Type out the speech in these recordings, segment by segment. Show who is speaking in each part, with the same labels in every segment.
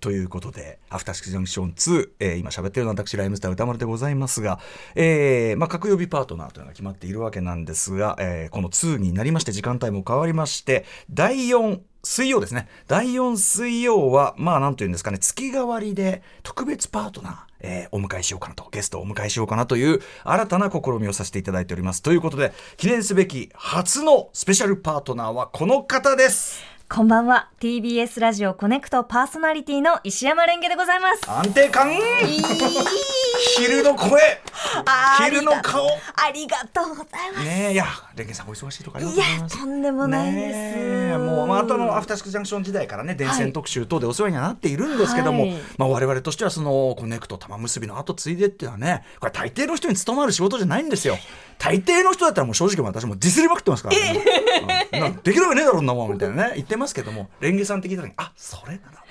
Speaker 1: ということで、アフターシックスジャンクション2、えー、今喋ってるのは私、ライムスター歌丸でございますが、えー、まあ、各曜日パートナーというのが決まっているわけなんですが、えー、この2になりまして、時間帯も変わりまして、第4、水曜ですね。第4水曜は、まあ、なんというんですかね、月替わりで特別パートナー、えー、お迎えしようかなと、ゲストをお迎えしようかなという新たな試みをさせていただいております。ということで、記念すべき初のスペシャルパートナーはこの方です。
Speaker 2: こんばんは TBS ラジオコネクトパーソナリティの石山レンゲでございます
Speaker 1: 安定感昼の声昼の顔
Speaker 2: ありがとうございます
Speaker 1: ねいやレンゲさんお忙しいとこありが
Speaker 2: とうございますとんでもないです
Speaker 1: もうまあ後のアフターシックジャンクション時代からね電線特集等でお世話にはなっているんですけども、はい、まあ我々としてはそのコネクト玉結びの後継いでっていうのはねこれ大抵の人に務まる仕事じゃないんですよ大抵の人だったらもう正直私もディスりまくってますからね、ね、えー、なんできるわけねえだろんなもんみたいなね言ってますけどもレンゲさんって聞いた時にあそれなら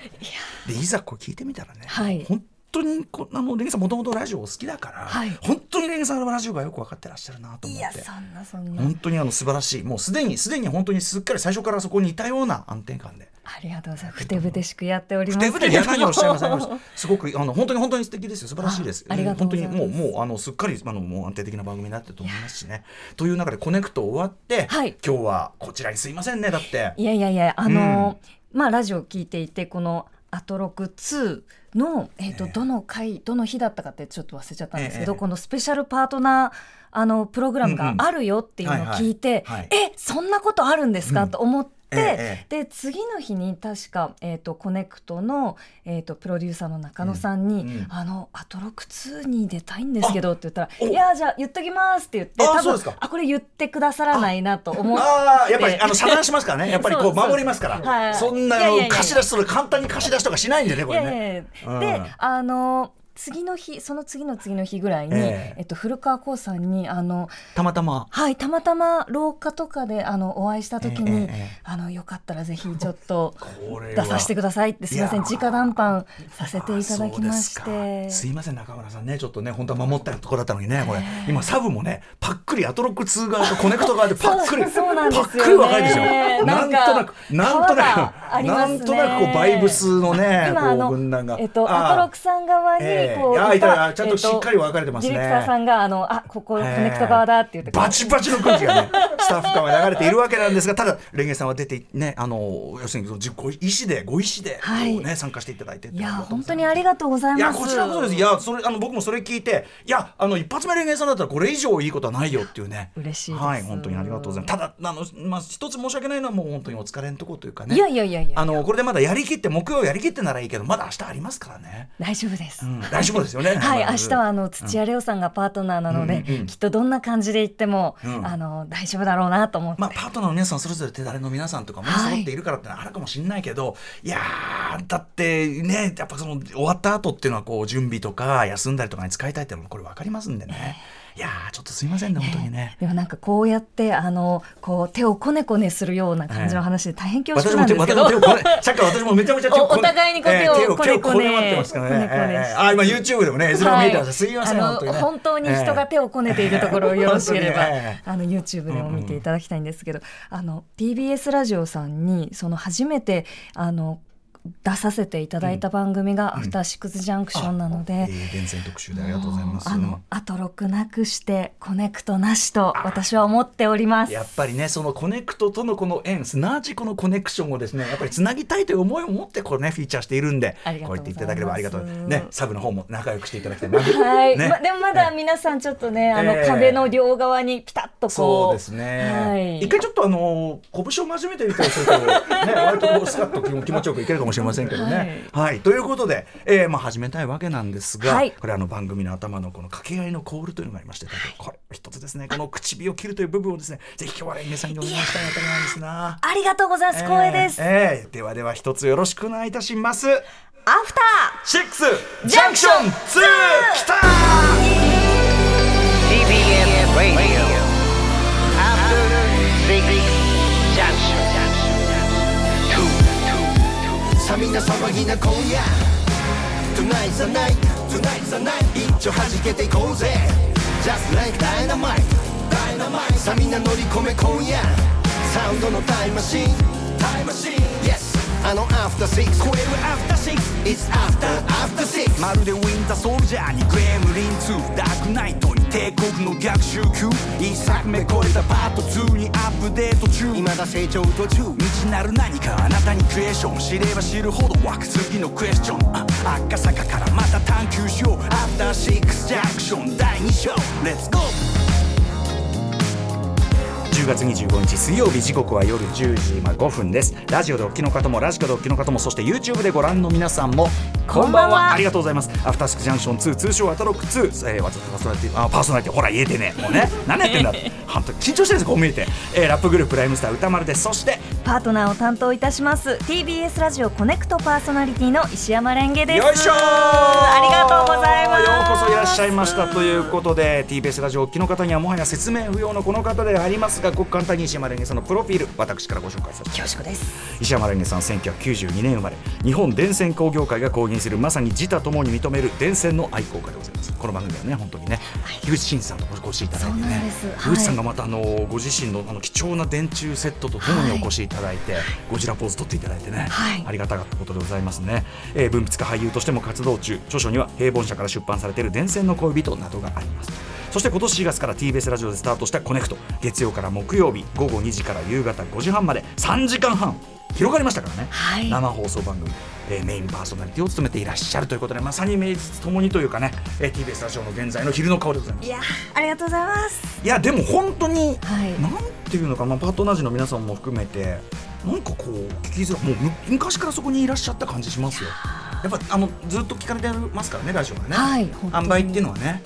Speaker 1: でいざこう聞いてみたらね、はい、本当にこあのレンゲさんもともとラジオお好きだから、はい、本当にレンゲさんのラジオがよく分かってらっしゃるなと思って
Speaker 2: そんなそんな
Speaker 1: 本当にあの素晴らしいもうすでにすでに本当にすっかり最初からそこにいたような安定感で。。
Speaker 2: ありがとうございます。ふてぶてしくやっております
Speaker 1: ふてぶてしくおっしゃいません。すごくあの本当に本当に素敵ですよ。素晴らしいです。
Speaker 2: ありがとうございます。
Speaker 1: 本当にもうもうあのすっかりあのもう安定的な番組になってると思いますしね。という中でコネクト終わって、はい、今日はこちらにすいませんねだって。
Speaker 2: いやいやいやあの、うん、まあラジオ聞いていてこのアトロク2の、えーと、えー、どの回どの日だったかってちょっと忘れちゃったんですけど、えー、このスペシャルパートナーあのプログラムがあるよっていうのを聞いて、えそんなことあるんですか、うん、と思って。ええ、で次の日に確か、えーと、とコネクトの、えーと、とプロデューサーの中野さんに「うんうん、あのアトロク2に出たいんですけど」って言ったら「いやじゃあ言っときます」って言って多分あこれ言ってくださらないなと思って
Speaker 1: あやっぱりあの遮断しますからねやっぱりこう守りますからはい、そんな貸し出しとか簡単に貸し出しとかしないんでねこれね。
Speaker 2: であの次の日その次の次の日ぐらいに、えー、えっと、古川光さんにあの
Speaker 1: たまたま
Speaker 2: はいたまたま廊下とかであのお会いした時に、えーえー、あのよかったらぜひちょっと出させてくださいってすみません直談判させていただきまして
Speaker 1: すいません中村さんねちょっとね本当は守ったところだったのにねこれ、今サブもねパックリアトロック2側とコネクト側でパックリ
Speaker 2: そうなんです
Speaker 1: よ、ね、分かるでしょなんとなくなんとなく、ね、なんとなくこうバイブスのね
Speaker 2: 今あのえっとアトロックさん側に、こう、
Speaker 1: いたちゃんとしっかり分かれてますね。
Speaker 2: ディレクターさんが、あの、あ、ここ、コネクト側だって言って。
Speaker 1: バチバチの空気がね、 スタッフ間が流れているわけなんですが、ただ、レンゲさんは出て、ね、あの、要するに、ご意思で、ご意思で、はい、ね、参加していただいて。
Speaker 2: いや、本当にありがとうございます。いや、
Speaker 1: こちらこそです。いや、それ、あの、僕もそれ聞いて、いや、あの、一発目レンゲさんだったら、これ以上いいことはないよっていうね。
Speaker 2: 嬉しい
Speaker 1: はい、本当にありがとうございます。ただ、あの、まあ、一つ申し訳ないのは、もう本当にお疲れのとこというかね。
Speaker 2: いやいやいやいや。
Speaker 1: あの、これでまだやりきって、木曜やりきってならいいけど、まだ明日ありますからね。
Speaker 2: 大丈夫です。
Speaker 1: 大丈夫ですよね。
Speaker 2: はい、明日はあの土屋レオさんがパートナーなので、きっとどんな感じで言っても、あの大丈夫だろうなと思って。
Speaker 1: まあパートナーの皆さんそれぞれ手だれの皆さんとかも揃っているからってあるかもしれないけど、い、やだってねやっぱその終わった後っていうのはこう準備とか休んだりとかに使いたいっていうのもこれわかりますんでね。いやちょっとすいませんね、本当にね。
Speaker 2: でもなんかこうやって、あの、こう手をこねこねするような感じの話で大変恐縮なんですけど。
Speaker 1: 私も手をこね、さっき私もめちゃめちゃ
Speaker 2: 手をお互いにこう手をこねこね。
Speaker 1: あ、今 YouTube でもね、映像見えてました。すいません、
Speaker 2: 本当に人が手をこねているところをよろしけ れば、あの YouTube でも見ていただきたいんですけど、あの TBS ラジオさんにその初めてあの出させていただいた番組が「アフターシックスジャンクション」なので、うんうんえ
Speaker 1: ー、伝特集でありがとうございます
Speaker 2: あのあと6なくしてコネクトなしと私は思っております
Speaker 1: やっぱりねそのコネクトとのこの縁すなわちこのコネクションをですねやっぱりつなぎたいという思いを持ってこれねフィーチャーしているんでこうやっていただければありがとうねサブの方も仲良くしていただきたいな、
Speaker 2: はいね、ま、でもまだ皆さんちょっとね、あの壁の両側にピタッと
Speaker 1: そうですね、はい、一回ちょっとあの拳を交めてみたりするとね 割とこうスカッと気持ちよくいけるかもしれないしれませんけどね。はい、はい、ということで、えー、まあ始めたいわけなんですが、はい、これあの番組の頭のこの掛け合いのコールというのがありまして、これ一つですねこの唇を切るという部分をですねぜひ今日はレンゲさんにお願いしたいあたりなんです な。
Speaker 2: ありがとうございます、えー、光栄です、
Speaker 1: えー。ではでは一つよろしくお願いいたします。アフー
Speaker 2: タ
Speaker 1: シックスジャンクション2きた
Speaker 3: TBS Radio After Six Junction さみんな騒ぎな今夜 Tonight's the night Tonight's the night 一丁弾けていこうぜ Just like dynamite Dynamite さみんな乗り込め今夜サウンドのタイムマシンタイムマシン Yes あのアフターシックス
Speaker 4: これはアフターシックス
Speaker 3: It's after after six
Speaker 4: まるでウィンターソルジャーにグレムリン2ダークナイトに帝国の逆襲級一作目超えたパート2にアップデート中
Speaker 3: 未だ成長途中
Speaker 4: 未知なる何かあなたにクエスチョン知れば知るほど湧く次のクエスチョンあ赤坂からまた探求しようアフターシックスジャンクション第2章レッツゴー
Speaker 1: 10月25日水曜日時刻は夜10時今5分ですラジオでお聞きの方もラジコでお聞きの方もそして YouTube でご覧の皆さんも
Speaker 2: こんばんは
Speaker 1: ありがとうございますアフターシックスジャンクション2通称アタロック2、えー、私パーソナリティあパーソナリティほら言えてねもう ね何やってんだって本当に緊張してるんですこう見えて、えーラップグループライムスター歌丸ですそして
Speaker 2: パートナーを担当いたします TBS ラジオコネクトパーソナリティの石山レンゲです
Speaker 1: よいしょー
Speaker 2: ありがとうございます
Speaker 1: ようこそいらっしゃいましたということで TBS ラジオお聞きの方にはもはや説明不要のこの方ではありますがごく簡単に石山レンゲさんのプロフィール私からご紹介させて
Speaker 2: 恐縮です
Speaker 1: 石山レンゲさん1992年生まれ日本電線工業会が公認するまさに自他ともに認める電線の愛好家でございますこの番組はね本当にね、樋口真さんとご越しいただいて
Speaker 2: そうなん
Speaker 1: ね
Speaker 2: ですはい
Speaker 1: 樋口さんがまたあのご自身のあの貴重な電柱セットとともにお越しいただいて、ゴジラポーズ取っていただいてね、
Speaker 2: はい
Speaker 1: ありがたかったことでございますね、えー文筆家俳優としても活動中著書には平凡社から出版されている電線の恋人などがありますそして今年4月から TBS ラジオでスタートしたコネクト月曜から木曜日午後2時から夕方5時半まで3時間半広がりましたからね、
Speaker 2: はい
Speaker 1: 生放送番組、えーメインパーソナリティを務めていらっしゃるということでまさに名実ともにというかね、えー TBS ラジオの現在の昼の顔でございます
Speaker 2: いやありがとうございます
Speaker 1: いやでも本当に、
Speaker 2: はい
Speaker 1: なんていうのかなパートナー陣の皆さんも含めてなんかこう聞きづらいもうむ昔からそこにいらっしゃった感じしますよやっぱあのずっと聞かれてますからねラジオがね、
Speaker 2: はい
Speaker 1: 塩
Speaker 2: 本当に
Speaker 1: 梅っていうのはね、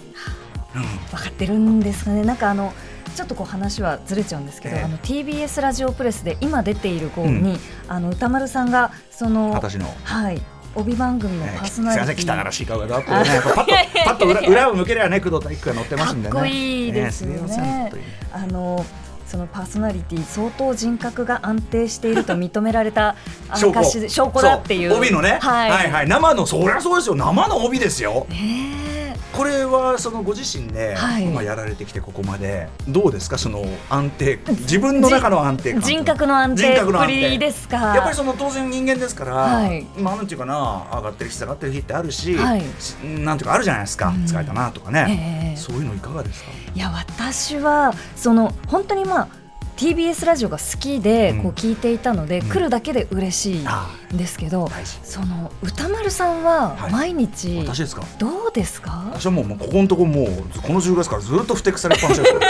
Speaker 1: うん、
Speaker 2: 分かってるんですかねなんかあのちょっとこう話はずれちゃうんですけど、
Speaker 1: ええ
Speaker 2: あの TBS ラジオプレスで今出ている号に、
Speaker 1: うん
Speaker 2: あの歌丸さんがその
Speaker 1: 私の
Speaker 2: はい帯番組の
Speaker 1: えー
Speaker 2: パー
Speaker 1: きす
Speaker 2: ソ
Speaker 1: い
Speaker 2: ナ
Speaker 1: ま
Speaker 2: リ
Speaker 1: せ
Speaker 2: ティ
Speaker 1: ん北原氏が上がってねやっぱパッとパッと裏裏を向ければね工藤体育が乗ってますんでね
Speaker 2: かっこいいですよね
Speaker 1: えーすいません本当に
Speaker 2: あのそのパーソナリティ相当人格が安定していると認められたあの証証拠だっていう
Speaker 1: そ帯のね、
Speaker 2: はい、
Speaker 1: はいはい生のそりゃそうですよ生の帯ですよ
Speaker 2: ね
Speaker 1: これはそのご自身で、
Speaker 2: はい
Speaker 1: 今やられてきてここまでどうですかその安定自分の中の安定
Speaker 2: え
Speaker 1: 感
Speaker 2: 人格の安定
Speaker 1: 人格の
Speaker 2: っぷ
Speaker 1: 安定
Speaker 2: りですか
Speaker 1: やっぱりその当然人間ですから、
Speaker 2: はい
Speaker 1: まあなんていうかな上がってる日下がってる日ってあるし、
Speaker 2: はい
Speaker 1: しなんていうかあるじゃないですか、
Speaker 2: うん
Speaker 1: 疲れたなとかね、
Speaker 2: ええ
Speaker 1: そういうのいかがですか
Speaker 2: いや私はその本当にまあ TBS ラジオが好きで
Speaker 1: うん
Speaker 2: こう聞いていたので、
Speaker 1: うん
Speaker 2: 来るだけで嬉し
Speaker 1: あ
Speaker 2: いんですけど、
Speaker 1: 大事
Speaker 2: その歌丸さんは
Speaker 1: はい
Speaker 2: 毎日、
Speaker 1: 私ですか
Speaker 2: どうですか
Speaker 1: 私はもうもうここのとこもうこの10月からずっとふてくされっぱなしですよ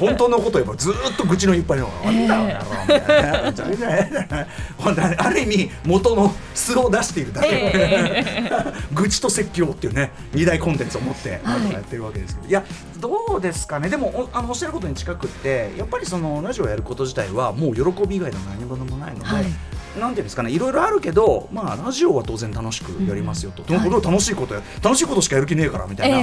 Speaker 1: 本当のこと言えばずっと愚痴のいっぱいのがあんだろうなみたいなダメだよほんとある意味元の素を出しているだけ、愚痴と説教っていうね二大コンテンツを持って
Speaker 2: は
Speaker 1: な
Speaker 2: い
Speaker 1: んとかやってるわけですけど、い、やどうですかねでもおあのおっしゃることに近くってやっぱりそのラジオやること自体はもう喜び以外の何物もないので、
Speaker 2: はい
Speaker 1: なんていうんですかねいろいろあるけどまあラジオは当然楽しくやりますよと、でもこれは楽しいことや楽しいことしかやる気ねえからみたいな、
Speaker 2: え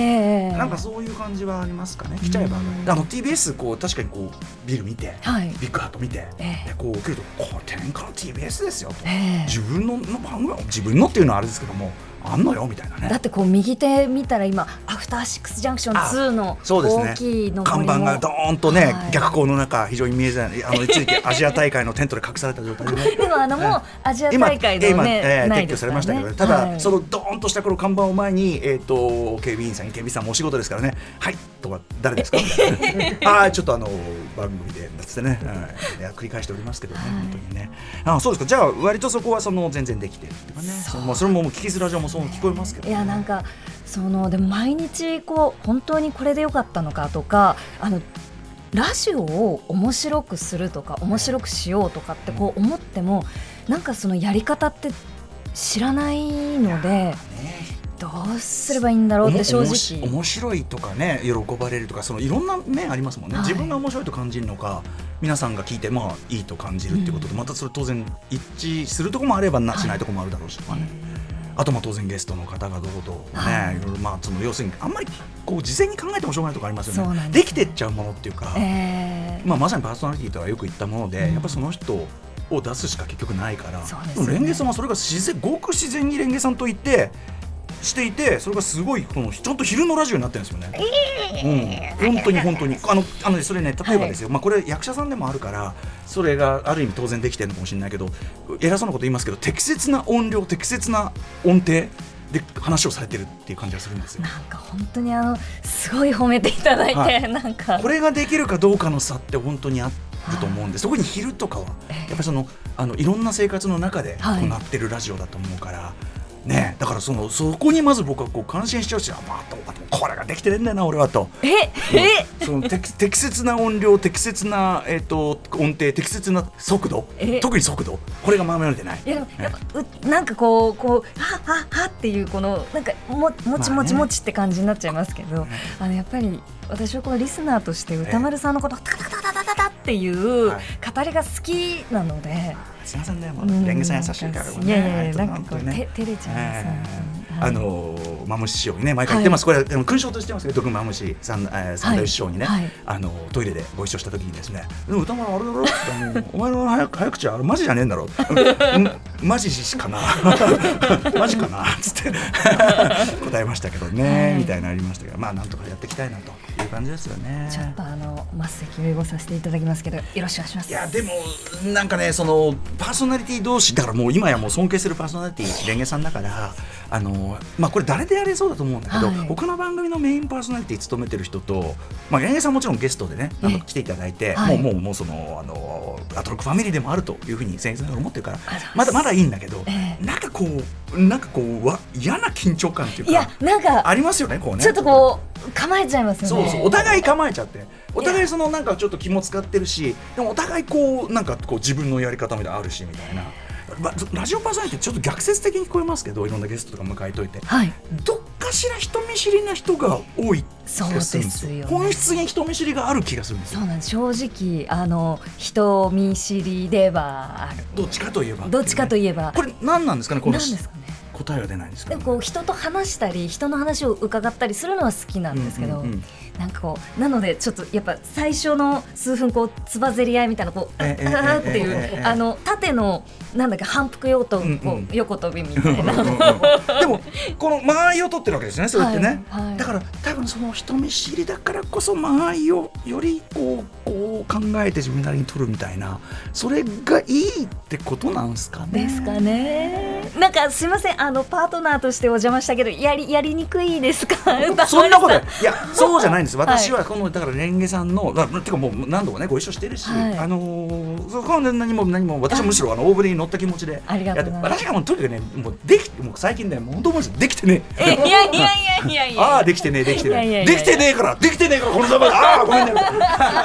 Speaker 2: え
Speaker 1: なんかそういう感じはありますかね来ちゃえば
Speaker 2: うん
Speaker 1: あの TBS こう確かにこうビル見て
Speaker 2: はい
Speaker 1: ビッグハート見て、
Speaker 2: ええ
Speaker 1: でこう来ると「これ天下の TBS ですよ」と、
Speaker 2: ええ
Speaker 1: 自分のの番組は自分のっていうのはあれですけどもあんのよみたいな
Speaker 2: だっ
Speaker 1: ね
Speaker 2: てこう右手見たら今アフターシックスジャンクション2の
Speaker 1: そうですね
Speaker 2: 大きいの
Speaker 1: 看板がドーンとね、
Speaker 2: はい
Speaker 1: 逆光の中非常に見えづらいあの一時期アジア大会のテントで隠された状態でね
Speaker 2: でもあのもうアジア大会の
Speaker 1: 今、
Speaker 2: ね、
Speaker 1: えー
Speaker 2: ない
Speaker 1: 撤去
Speaker 2: です
Speaker 1: さ
Speaker 2: か
Speaker 1: れ
Speaker 2: ら
Speaker 1: ましたけど、
Speaker 2: ね
Speaker 1: ただ、
Speaker 2: はい
Speaker 1: そのドーンとしたこの看板を前に、えー、と警備員さんに警備員さんもお仕事ですからね「はい」とか「誰です か?」みたいなああちょっとあの番組で」つってね、うんいや繰り返しておりますけどね、
Speaker 2: はい
Speaker 1: 本当にねあそうですかじゃあ割とそこはその全然できてるっていうかねそまあ、それももう聞きづらじゃもそう聞こえますけど、
Speaker 2: いやなんかそのでも毎日こう本当にこれでよかったのかとかあのラジオを面白くするとか面白くしようとかってこう思ってもなんかそのやり方って知らないので
Speaker 1: ね
Speaker 2: どうすればいいんだろうって正
Speaker 1: おもし
Speaker 2: 直
Speaker 1: 面白いとかね喜ばれるとかそのいろんな面ありますもんね、
Speaker 2: はい
Speaker 1: 自分が面白いと感じるのか皆さんが聞いてまあいいと感じるってことで、またそれ当然一致するとこもあればなしないとこもあるだろうしとかね、あとまあ当然ゲストの方がどうとかね、
Speaker 2: はい
Speaker 1: いろいろまあその要するにあんまりこう事前に考えてもしょうがないとかありますよ
Speaker 2: そうな
Speaker 1: ね
Speaker 2: ん
Speaker 1: で
Speaker 2: ですよ
Speaker 1: きてっちゃうものっていうか、
Speaker 2: えー
Speaker 1: まあ、まさにパーソナリティとはよく言ったもので、
Speaker 2: う
Speaker 1: や
Speaker 2: ん
Speaker 1: っぱりその人を出すしか結局ないから
Speaker 2: そうです
Speaker 1: で
Speaker 2: ね
Speaker 1: もレンゲさんはそれが自然ごく自然にレンゲさんと言ってしていてそれがすごいこのちゃんと昼のラジオになってるんですよね。うん、本当に本当にあのあのねそれね例えばですよ、まあ、これ役者さんでもあるからそれがある意味当然できてるのかもしれないけど偉そうなこと言いますけど適切な音量適切な音程で話をされてるっていう感じがするんですよ。
Speaker 2: なんか本当にあのすごい褒めていただいて、
Speaker 1: は
Speaker 2: なんか
Speaker 1: これができるかどうかの差って本当にあると思うんです特に昼とかはやっぱりそのあのいろんな生活の中で
Speaker 2: はい
Speaker 1: 行ってるラジオだと思うから。ね、だからそのそこにまず僕はこう感心しちゃうしあまたこれができてるんだよな俺はと
Speaker 2: ええ
Speaker 1: その適適切な音量適切な、えっと音程適切な速度
Speaker 2: え
Speaker 1: 特に速度これが守られてない
Speaker 2: いやでもやっぱうなんかこうこうはははっていうこのなんかももちもちもちって感じになっちゃいますけど、あのやっぱり私はこうリスナーとして歌丸さんのことタタタタタタタっていう語
Speaker 1: はい
Speaker 2: りが好きなので、
Speaker 1: すいませんねも
Speaker 2: う
Speaker 1: うレンゲさん優しいから
Speaker 2: いやいやいやなんか
Speaker 1: 本当
Speaker 2: こう
Speaker 1: に
Speaker 2: て照れちゃいます、
Speaker 1: え
Speaker 2: 本当に
Speaker 1: ー
Speaker 2: はい
Speaker 1: あのーマムシ師匠にね毎回言ってます、これでも勲章としてますけど特にマムシさん、えー、三大師匠にね、
Speaker 2: はい
Speaker 1: あのートイレでご一緒した時にですね「でも歌丸あれだろ?」ってお前の早く早口あれマジじゃねえんだろ」うんマジかな マジかな」っつって答えましたけどね、
Speaker 2: はい
Speaker 1: みたいなのありましたけどまあなんとかやっていきたいなという感じですよね。
Speaker 2: ちょっとあの末席を英語させていただきますけどよろしくお願いします
Speaker 1: いやでもなんかねそのパーソナリティ同士だからもう今やもう尊敬するパーソナリティレンゲさんだからあのまあこれ誰でやれそうだと思うんだけど、
Speaker 2: はい
Speaker 1: 他の番組のメインパーソナリティ務めてる人とまあレンゲさんもちろんゲストでねなんか来ていただいて、
Speaker 2: はい
Speaker 1: もうもうもうそのあのアトロックファミリーでもあるというふうに先生が思ってるから
Speaker 2: ありがとうございま
Speaker 1: ま
Speaker 2: す
Speaker 1: だまだいいんだけど、
Speaker 2: え
Speaker 1: なんかこうなんかこうわ嫌な緊張感っていう
Speaker 2: いや
Speaker 1: か
Speaker 2: なん
Speaker 1: あ
Speaker 2: か
Speaker 1: りますよねこうね
Speaker 2: ちょっとこう構えちゃいますよ
Speaker 1: そう
Speaker 2: ね
Speaker 1: そうお互い構えちゃってお互いそのなんかちょっと気も使ってるしでもお互いこうなんかこう自分のやり方みたいなのあるしみたいなまラジオパーソナリティってちょっと逆説的に聞こえますけどいろんなゲストとか迎えといて
Speaker 2: はい
Speaker 1: どっかしら人見知りな人が多い気がするんです
Speaker 2: そうですよ
Speaker 1: よ
Speaker 2: ね
Speaker 1: 本質に人見知りがある気がするんです
Speaker 2: そ
Speaker 1: よ
Speaker 2: うなんです正直あの人見知りではある
Speaker 1: どっちかといえば
Speaker 2: どっちかと
Speaker 1: い
Speaker 2: いえば
Speaker 1: これ何なんですかねこの
Speaker 2: 何ですかね
Speaker 1: 答えは出ないんですけ
Speaker 2: で
Speaker 1: ど
Speaker 2: もこう人と話したり人の話を伺ったりするのは好きなんですけど、
Speaker 1: うんうんうん
Speaker 2: なんかこうなのでちょっとやっぱ最初の数分こうつばぜり合いみたいなこうああ
Speaker 1: ええええ
Speaker 2: あってい
Speaker 1: ええええ
Speaker 2: うあの縦のなんだっけ反復用とこ
Speaker 1: うんうん
Speaker 2: う横跳びみたいな。
Speaker 1: でもこの間合いを取ってるわけですよねそれってね、
Speaker 2: はいはい
Speaker 1: だから多分その人見知りだからこそ間合いをよりこうこう考えて自分なりに取るみたいなそれがいいってことなんですかね。
Speaker 2: ですかね。なんかすみませんあのパートナーとしてお邪魔したけどやりやりにくいですか。
Speaker 1: そんなことな
Speaker 2: 歌
Speaker 1: い
Speaker 2: 丸
Speaker 1: いやそうじゃないんです
Speaker 2: はい
Speaker 1: 私はこのだからレンゲさんのだてかもう何度もねご一緒してるし、
Speaker 2: はい
Speaker 1: あのーそこは何も何も私はむしろあのオーブリーに乗った気持ちで
Speaker 2: ありがとうございます
Speaker 1: やって私がもうとにかくねもうできもう最近ねもう本当思うんですよできてね
Speaker 2: さん。えいやいやいやいやいや。
Speaker 1: ああできてねえできて
Speaker 2: いやい
Speaker 1: ね
Speaker 2: やいや
Speaker 1: え
Speaker 2: いや
Speaker 1: できてねえからできてねえからこのざまでああごめんね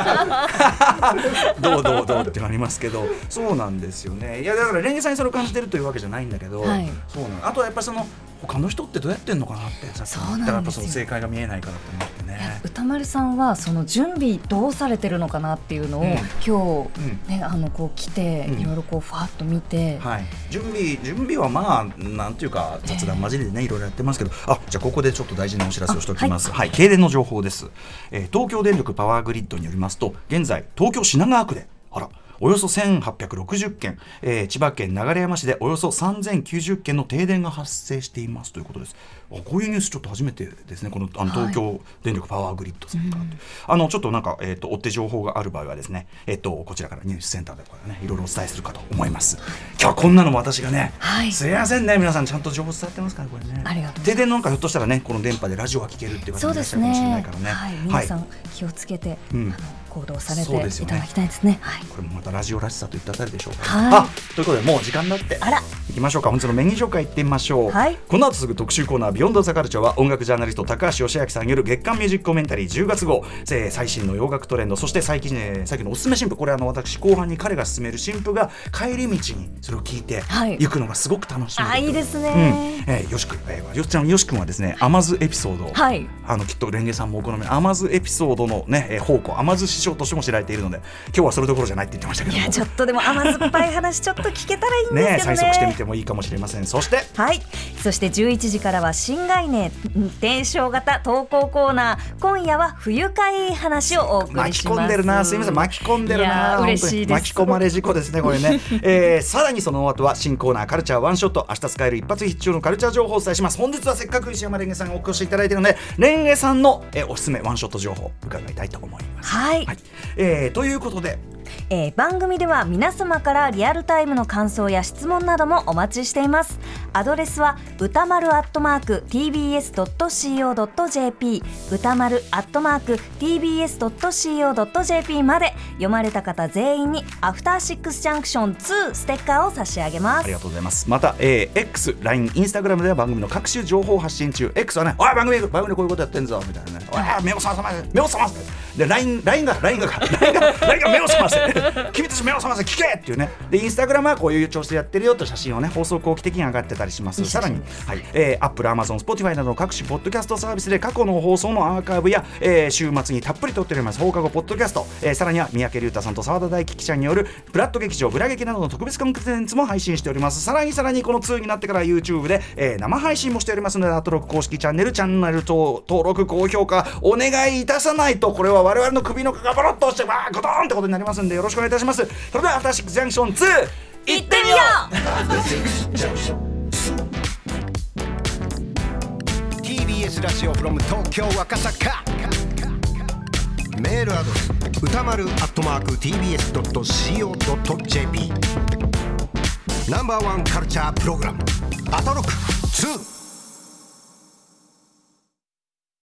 Speaker 1: どうどうどうってなりますけどそうなんですよねいやだからレンゲさんにそれを感じてるというわけじゃないんだけど、
Speaker 2: はい
Speaker 1: そうなのあとはやっぱその他の人ってどうやってんのかなってさっき
Speaker 2: そうなんで
Speaker 1: だ
Speaker 2: すよ
Speaker 1: からやっぱその正解が見えないからって思ってね
Speaker 2: 歌丸さんはその準備どうされてるのかなっていうのを、
Speaker 1: うん
Speaker 2: 今
Speaker 1: うん
Speaker 2: 日、ねあのこう来て、
Speaker 1: うん
Speaker 2: いろいろこうふわっと見て、
Speaker 1: はい、準備準備はまあなんていうか雑談交じりでねいろいろやってますけどあじゃあここでちょっと大事なお知らせをしておきます
Speaker 2: あ
Speaker 1: はい、停電の情報です、えー東京電力パワーグリッドによりますと現在東京品川区であらおよそ1860件、えー千葉県流山市でおよそ3090件の停電が発生していますということです。あこういうニュースちょっと初めてですね、このあの東京電力パワーグリッドさんからと、あのちょっとなんか、えー、と追って情報がある場合はですね、えっとこちらからニュースセンターでこれ、ね、いろいろお伝えするかと思います。今日はこんなのも私がね、
Speaker 2: はい
Speaker 1: すいませんね皆さんちゃんと情報伝わってますからこれね
Speaker 2: ありがとう
Speaker 1: 停電なんかひょっとしたらねこの電波でラジオが聞けるっていう方
Speaker 2: そ
Speaker 1: も
Speaker 2: う
Speaker 1: いら
Speaker 2: で
Speaker 1: っしゃ
Speaker 2: す
Speaker 1: るかもしれない
Speaker 2: ね
Speaker 1: からね。
Speaker 2: はい皆さん、気をつけて、
Speaker 1: うん
Speaker 2: あの行動され
Speaker 1: そうです
Speaker 2: て
Speaker 1: よ
Speaker 2: い
Speaker 1: ね
Speaker 2: ただきたいですねはい
Speaker 1: これもまたラジオらしさといったあたりでしょうか、
Speaker 2: はい
Speaker 1: あということでもう時間になって
Speaker 2: あら
Speaker 1: いきましょうか本日のメニュー紹介いってみましょう、
Speaker 2: はい
Speaker 1: この後すぐ特集コーナー「ビヨンドザカルチャーは音楽ジャーナリスト高橋義明さんによる月刊ミュージックコメンタリー10月号えー最新の洋楽トレンドそして最近,、えー最近のおすすめ新婦これあの私後半に彼が勧める新婦が帰り道にそれを聞いて
Speaker 2: はい
Speaker 1: 行くのがすごく楽しみ
Speaker 2: あいいですね、
Speaker 1: うんえー、よしくん、えー、よしちゃん、よしくんはですね、甘酢エピソードを。
Speaker 2: はい
Speaker 1: あの、きっと、レンゲさんもお好み、甘酢エピソードのね、えー宝庫、甘酢師匠としても知られているので。今日はそれどころじゃないって言ってましたけど
Speaker 2: い
Speaker 1: も。
Speaker 2: やちょっとでも甘酸っぱい話ちょっと聞けたらいいん
Speaker 1: ね
Speaker 2: で
Speaker 1: え、
Speaker 2: すけ
Speaker 1: 催
Speaker 2: どね
Speaker 1: 促してみてもいいかもしれません。そして。
Speaker 2: はいそして11時からは新概念伝承型投稿コーナー今夜は不愉快話をお送りしま
Speaker 1: 巻き
Speaker 2: す
Speaker 1: 込んでるな、すみません、巻き込んでる
Speaker 2: い
Speaker 1: な
Speaker 2: や、ー嬉し
Speaker 1: 本当に
Speaker 2: いです
Speaker 1: 巻き込まれ事故ですね、これ ね。えー、さらにその後は新コーナーカルチャーワンショット、明日使える一発必中のカルチャー情報をお伝えします。本日はせっかく石山レンゲさんがお越しいただいているので、レンゲさんの、えーおすすめワンショット情報伺いたいと思います。
Speaker 2: はい、
Speaker 1: はいえーということで
Speaker 2: えー番組では皆様からリアルタイムの感想や質問などもお待ちしていますアドレスは歌丸アットマーク tbs.co.jp 歌丸アットマーク tbs.co.jp まで読まれた方全員にアフターシックスジャンクション2ステッカーを差し上げま
Speaker 1: あ
Speaker 2: す
Speaker 1: りがとうございます。また、えー X、LINE、Instagram では番組の各種情報を発信中。X はね、おい、番組、番組でこういうことやってんぞ、みたいなね。おい、目を覚ませ、目を覚ませ。で、LINE、LINE が、LINE が、LINE が、LINE が目を覚ませ。君たち目を覚ませ、聞けっていうね。で、Instagram はこういう調子でやってるよと写真をね、放送後期的に上がってたりします。さらに、はい、えー、Apple、Amazon、Spotify などの各種ポッドキャストサービスで過去の放送のアーカイブや、えー週末にたっぷりとっております放課後ポッドキャスト、えーさらには三宅龍太さんと澤田大樹記者によるブラッド劇場ブラ劇などの特別コンテンツも配信しておりますさらにさらにこの2になってから YouTube で、えー生配信もしておりますのでアトロック公式チャンネルチャンネル登登録高評価お願いいたさないとこれは我々の首の皮がボロッとしてわーゴトーンってことになりますんでよろしくお願いいたしますそれではアフターシックスジャンクション2
Speaker 2: 行ってみよう
Speaker 3: TBS ラジオ from 東京赤坂メールアドレス歌丸アットマーク TBS.CO.JP ナンバーワンカルチャープログラムアトロック2